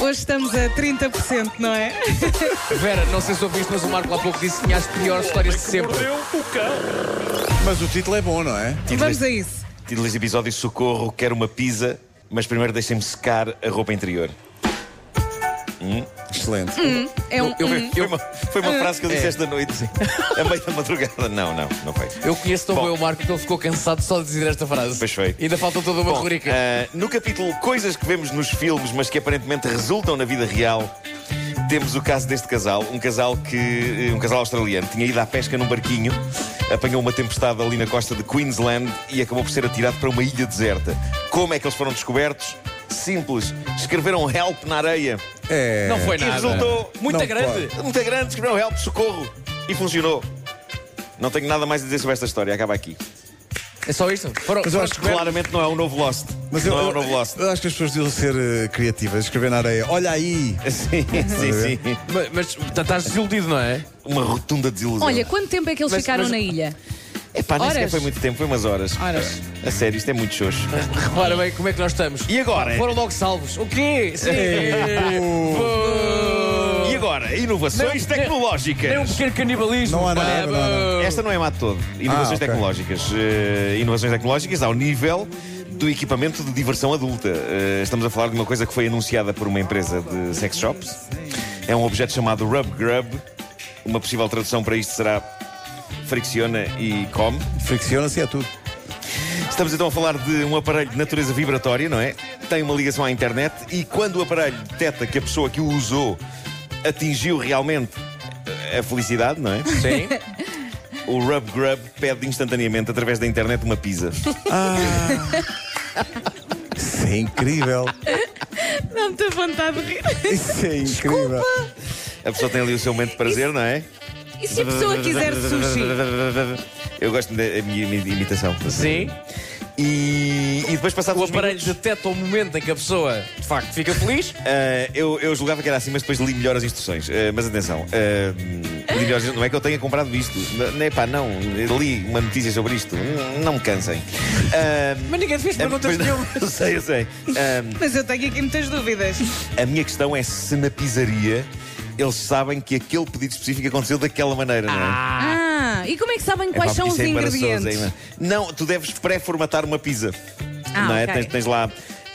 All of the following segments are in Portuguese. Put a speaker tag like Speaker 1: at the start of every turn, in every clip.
Speaker 1: Hoje estamos a 30%, não é?
Speaker 2: Vera, não sei se ouviste, mas o Marco há pouco disse que tinha as piores histórias de sempre.
Speaker 3: Mordeu o cão.
Speaker 4: Mas o título é bom, não é?
Speaker 1: Vamos a isso.
Speaker 5: Título deste episódio: Socorro, quero uma pizza, mas primeiro deixem-me secar a roupa interior.
Speaker 4: Excelente.
Speaker 1: É um.
Speaker 2: Eu,
Speaker 1: um-
Speaker 2: eu,
Speaker 5: Foi uma, foi uma frase que eu
Speaker 2: É.
Speaker 5: disse esta noite, a meio da madrugada. Não, não, não foi.
Speaker 2: eu conheço tão
Speaker 5: Bom.
Speaker 2: bem o Marco que ele ficou cansado só de dizer esta frase.
Speaker 5: Pois foi.
Speaker 2: Ainda falta toda uma
Speaker 5: Bom,
Speaker 2: rubrica.
Speaker 5: ah, no capítulo Coisas que vemos nos filmes, mas que aparentemente resultam na vida real, temos o caso deste casal, um casal que. um casal australiano, tinha ido à pesca num barquinho, apanhou uma tempestade ali na costa de Queensland e acabou por ser atirado para uma ilha deserta. Como é que eles foram descobertos? Simples, escreveram help na areia.
Speaker 4: É.
Speaker 2: não foi
Speaker 5: e
Speaker 2: nada.
Speaker 5: eh, resultou-
Speaker 2: Muito
Speaker 4: Não
Speaker 2: grande.
Speaker 5: Muito grande, escreveram help, socorro. E funcionou. Não tenho nada mais a dizer sobre esta história, acaba aqui.
Speaker 2: É só isto? Foram,
Speaker 4: Mas eu acho que
Speaker 2: foram-
Speaker 5: Claramente não é um novo Lost.
Speaker 4: Mas eu,
Speaker 5: não é um
Speaker 4: eu,
Speaker 5: novo Lost.
Speaker 4: eu acho que as pessoas deviam ser eh, criativas, escrever na areia. Olha aí!
Speaker 5: Sim, sim, sim.
Speaker 2: Mas, mas portanto, estás desiludido, não é?
Speaker 5: Uma rotunda desilusão.
Speaker 1: Olha, quanto tempo é que eles
Speaker 2: Mas-
Speaker 1: ficaram
Speaker 2: mas-
Speaker 1: na ilha?
Speaker 5: Epá, nem sequer
Speaker 1: horas.
Speaker 5: foi muito tempo, foi umas horas.
Speaker 1: Horas.
Speaker 5: A sério, isto é muito xoxo.
Speaker 2: Repara bem como é que nós estamos.
Speaker 5: E agora?
Speaker 2: Foram logo salvos. O quê? Sim.
Speaker 4: É.
Speaker 5: E agora? Inovações
Speaker 2: Nem-
Speaker 5: tecnológicas.
Speaker 2: É um pequeno canibalismo.
Speaker 4: Não há
Speaker 2: Pá,
Speaker 4: nada, não há nada.
Speaker 5: Esta não é má de todo. Inovações
Speaker 4: Ah, ok.
Speaker 5: tecnológicas. Eh, inovações tecnológicas ao nível do equipamento de diversão adulta. Eh, estamos a falar de uma coisa que foi anunciada por uma empresa de sex shops. É um objeto chamado Rub Grub. Uma possível tradução para isto será fricciona e come.
Speaker 4: Fricciona-se é tudo.
Speaker 5: Estamos então a falar de um aparelho de natureza vibratória, não é? Tem uma ligação à internet e quando o aparelho detecta que a pessoa que o usou atingiu realmente a felicidade, não é?
Speaker 2: Sim.
Speaker 5: O Rub Grub pede instantaneamente através da internet uma pizza.
Speaker 4: Isso é incrível.
Speaker 1: Dá muita vontade de rir.
Speaker 4: Isso é incrível.
Speaker 5: A pessoa tem ali o seu momento de prazer, não é?
Speaker 1: E se a pessoa quiser sushi?
Speaker 5: Eu gosto da minha imi- imitação.
Speaker 2: Sim.
Speaker 5: E, e depois passados
Speaker 2: O
Speaker 5: uns
Speaker 2: aparelho
Speaker 5: minutos,
Speaker 2: detecta o momento em que a pessoa, de facto, fica feliz.
Speaker 5: ah, eu, eu julgava que era assim, mas depois li melhor as instruções. Ah, mas atenção, ah, li melhor as- não é que eu tenha comprado isto. Não, pá, não. Li uma notícia sobre isto. Não me cansem. Ah,
Speaker 2: Mas ninguém te fez perguntas
Speaker 5: pois não-
Speaker 2: nenhuma.
Speaker 5: Eu sei, eu sei. Ah,
Speaker 1: Mas eu tenho aqui muitas dúvidas.
Speaker 5: A minha questão é se na pizzaria eles sabem que aquele pedido específico aconteceu daquela maneira, não é?
Speaker 1: Ah, e como é que sabem
Speaker 5: É pá,
Speaker 1: quais são os
Speaker 5: porque isso é embaraçoso,
Speaker 1: ingredientes?
Speaker 5: hein, mas- Não, tu deves pré-formatar uma pizza.
Speaker 1: Ah,
Speaker 5: não é?
Speaker 1: ok.
Speaker 5: Tens, tens lá.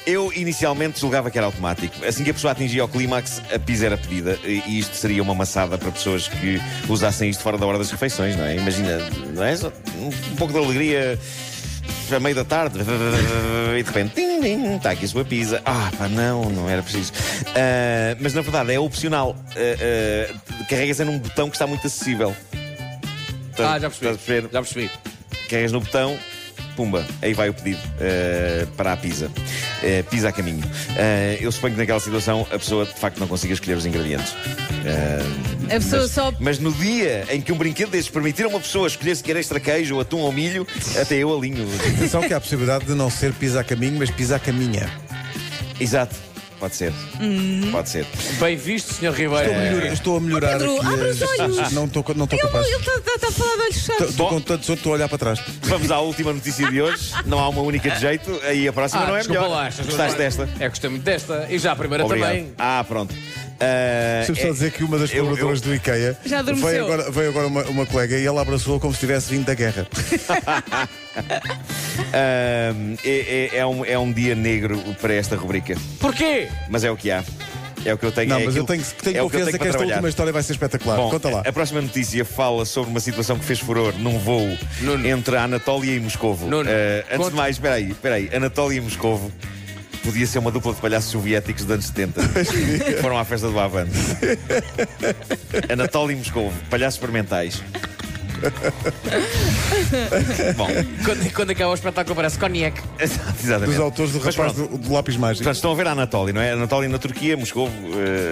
Speaker 5: Eu inicialmente julgava que era automático. Assim que a pessoa atingia o clímax, a pizza era pedida. E e isto seria uma maçada para pessoas que usassem isto fora da hora das refeições, não é? Imagina, não é? Só Um pouco de alegria. A meio da tarde, e de repente, tim, tim, está aqui a sua pizza. Ah, pá, não, não era preciso. Ah, mas na verdade é opcional. Ah, ah, carregas em um botão que está muito acessível. Então,
Speaker 2: Ah, já
Speaker 5: Estás Tá, a perceber?
Speaker 2: percebi. Já percebi.
Speaker 5: Carregas no botão, pumba, aí vai o pedido eh, para a pizza. Eh, pizza a caminho. Eh, eu suponho que naquela situação a pessoa de facto não consiga escolher os ingredientes. Eh,
Speaker 1: A pessoa só.
Speaker 5: mas no dia em que um brinquedo destes permitir a uma pessoa escolher se quer extra queijo, atum ou milho, até eu alinho.
Speaker 4: Atenção que há a possibilidade de não ser pisa a caminho, mas pisa a caminha.
Speaker 5: Exato. Pode ser.
Speaker 2: Uhum.
Speaker 5: Pode ser.
Speaker 2: Bem visto, Sr.
Speaker 4: Estou
Speaker 2: Ribeiro.
Speaker 4: a melhorar, estou a melhorar
Speaker 1: Pedro,
Speaker 4: aqui
Speaker 1: abre os
Speaker 4: as-
Speaker 1: olhos.
Speaker 4: Não estou não estou capaz.
Speaker 1: Ele está a falar de olhos fechados.
Speaker 4: Estou com tanto sono, estou a olhar para trás.
Speaker 5: Vamos à última notícia de hoje. Não há uma única de jeito. Aí a próxima não é
Speaker 2: Ah, desculpa
Speaker 5: melhor.
Speaker 2: lá, estas duas
Speaker 5: Gostaste
Speaker 2: horas.
Speaker 5: desta?
Speaker 2: É, gostei muito desta. E já a primeira
Speaker 5: Obrigado.
Speaker 2: também.
Speaker 5: Ah, pronto. Eh,
Speaker 4: Deixa-me só
Speaker 5: é-
Speaker 4: dizer que uma das
Speaker 5: eu-
Speaker 4: colaboradoras do IKEA
Speaker 1: Já adormeceu.
Speaker 4: veio agora, veio agora uma, uma colega e ela abraçou como se tivesse vindo da guerra.
Speaker 5: Ahm, é, é- é um, é um dia negro para esta rubrica,
Speaker 2: Porquê?
Speaker 5: mas é o que há. É o que eu tenho.
Speaker 4: Não,
Speaker 5: é
Speaker 4: mas eu
Speaker 5: aquilo-
Speaker 4: tenho, tenho
Speaker 5: é o que eu
Speaker 4: confiança
Speaker 5: tenho
Speaker 4: que,
Speaker 5: para
Speaker 4: esta
Speaker 5: trabalhar.
Speaker 4: última história vai ser espetacular.
Speaker 5: Bom, é,
Speaker 4: Conta lá.
Speaker 5: A próxima notícia fala sobre uma situação que fez furor num voo
Speaker 2: Nuno.
Speaker 5: entre a Anatólia e Moscovo.
Speaker 2: Nuno,
Speaker 5: Eh, antes
Speaker 2: conta.
Speaker 5: de mais, espera aí, espera aí. Anatólia e Moscovo podia ser uma dupla de palhaços soviéticos dos anos 70. que Foram à festa do Havana. Anatólia e Moscovo, palhaços experimentais. Bom,
Speaker 2: Quando, quando acaba o espetáculo parece cognac.
Speaker 5: exatamente.
Speaker 4: Dos autores do
Speaker 5: Mas
Speaker 4: rapaz
Speaker 5: pronto.
Speaker 4: do, do lápis mágico.
Speaker 5: Portanto, estão a ver a Anatólia, não é? Anatólia na Turquia, Moscou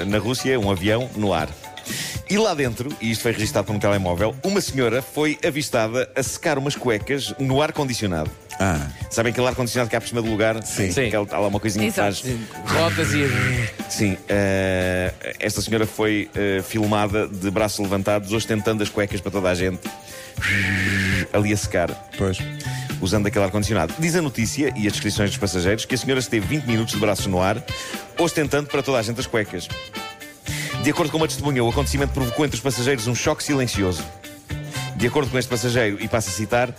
Speaker 5: na Rússia, um avião no ar. E lá dentro, e isto foi registado por um telemóvel, uma senhora foi avistada a secar umas cuecas no ar-condicionado.
Speaker 4: Ah.
Speaker 5: Sabem aquele ar-condicionado que há por cima do lugar? Sim.
Speaker 2: Sim.
Speaker 5: Aquela, há lá uma coisinha que
Speaker 1: Exato.
Speaker 5: faz.
Speaker 2: Rotas e.
Speaker 5: Sim. eh, esta senhora foi eh, filmada de braços levantados, ostentando as cuecas para toda a gente, ali a secar.
Speaker 4: Pois.
Speaker 5: usando aquele ar-condicionado. Diz a notícia e as descrições dos passageiros que a senhora esteve 20 minutos de braços no ar, ostentando para toda a gente as cuecas. De acordo com uma testemunha, o acontecimento provocou entre os passageiros um choque silencioso. De acordo com este passageiro, e passo a citar,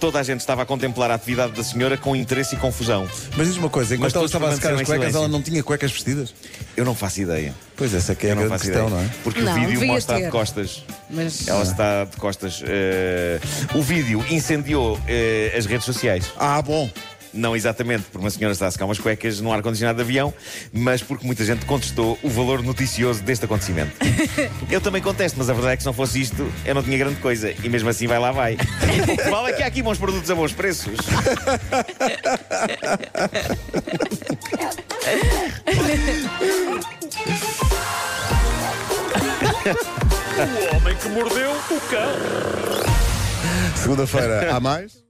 Speaker 5: toda a gente estava a contemplar a atividade da senhora com interesse e confusão.
Speaker 4: Mas diz uma coisa, enquanto ela
Speaker 5: todos
Speaker 4: estava a secar as
Speaker 5: permaneceram em
Speaker 4: cuecas, ela
Speaker 5: silêncio.
Speaker 4: não tinha cuecas vestidas?
Speaker 5: Eu não faço ideia.
Speaker 4: Pois essa que é
Speaker 5: Eu
Speaker 4: a
Speaker 5: não
Speaker 4: grande
Speaker 5: faço
Speaker 4: questão,
Speaker 5: ideia.
Speaker 4: não é?
Speaker 5: Porque
Speaker 1: Não,
Speaker 5: o vídeo
Speaker 1: devias
Speaker 5: mostra
Speaker 1: ter.
Speaker 5: de costas.
Speaker 1: Mas
Speaker 5: Ela está de costas. Eh, o vídeo incendiou eh, as redes sociais.
Speaker 4: Ah, bom.
Speaker 5: Não exatamente porque uma senhora está a secar umas cuecas num ar-condicionado de avião, mas porque muita gente contestou o valor noticioso deste acontecimento. eu também contesto, mas a verdade é que se não fosse isto, eu não tinha grande coisa. E mesmo assim, vai lá, vai. Vale que há aqui bons produtos a bons preços.
Speaker 4: Segunda-feira há mais.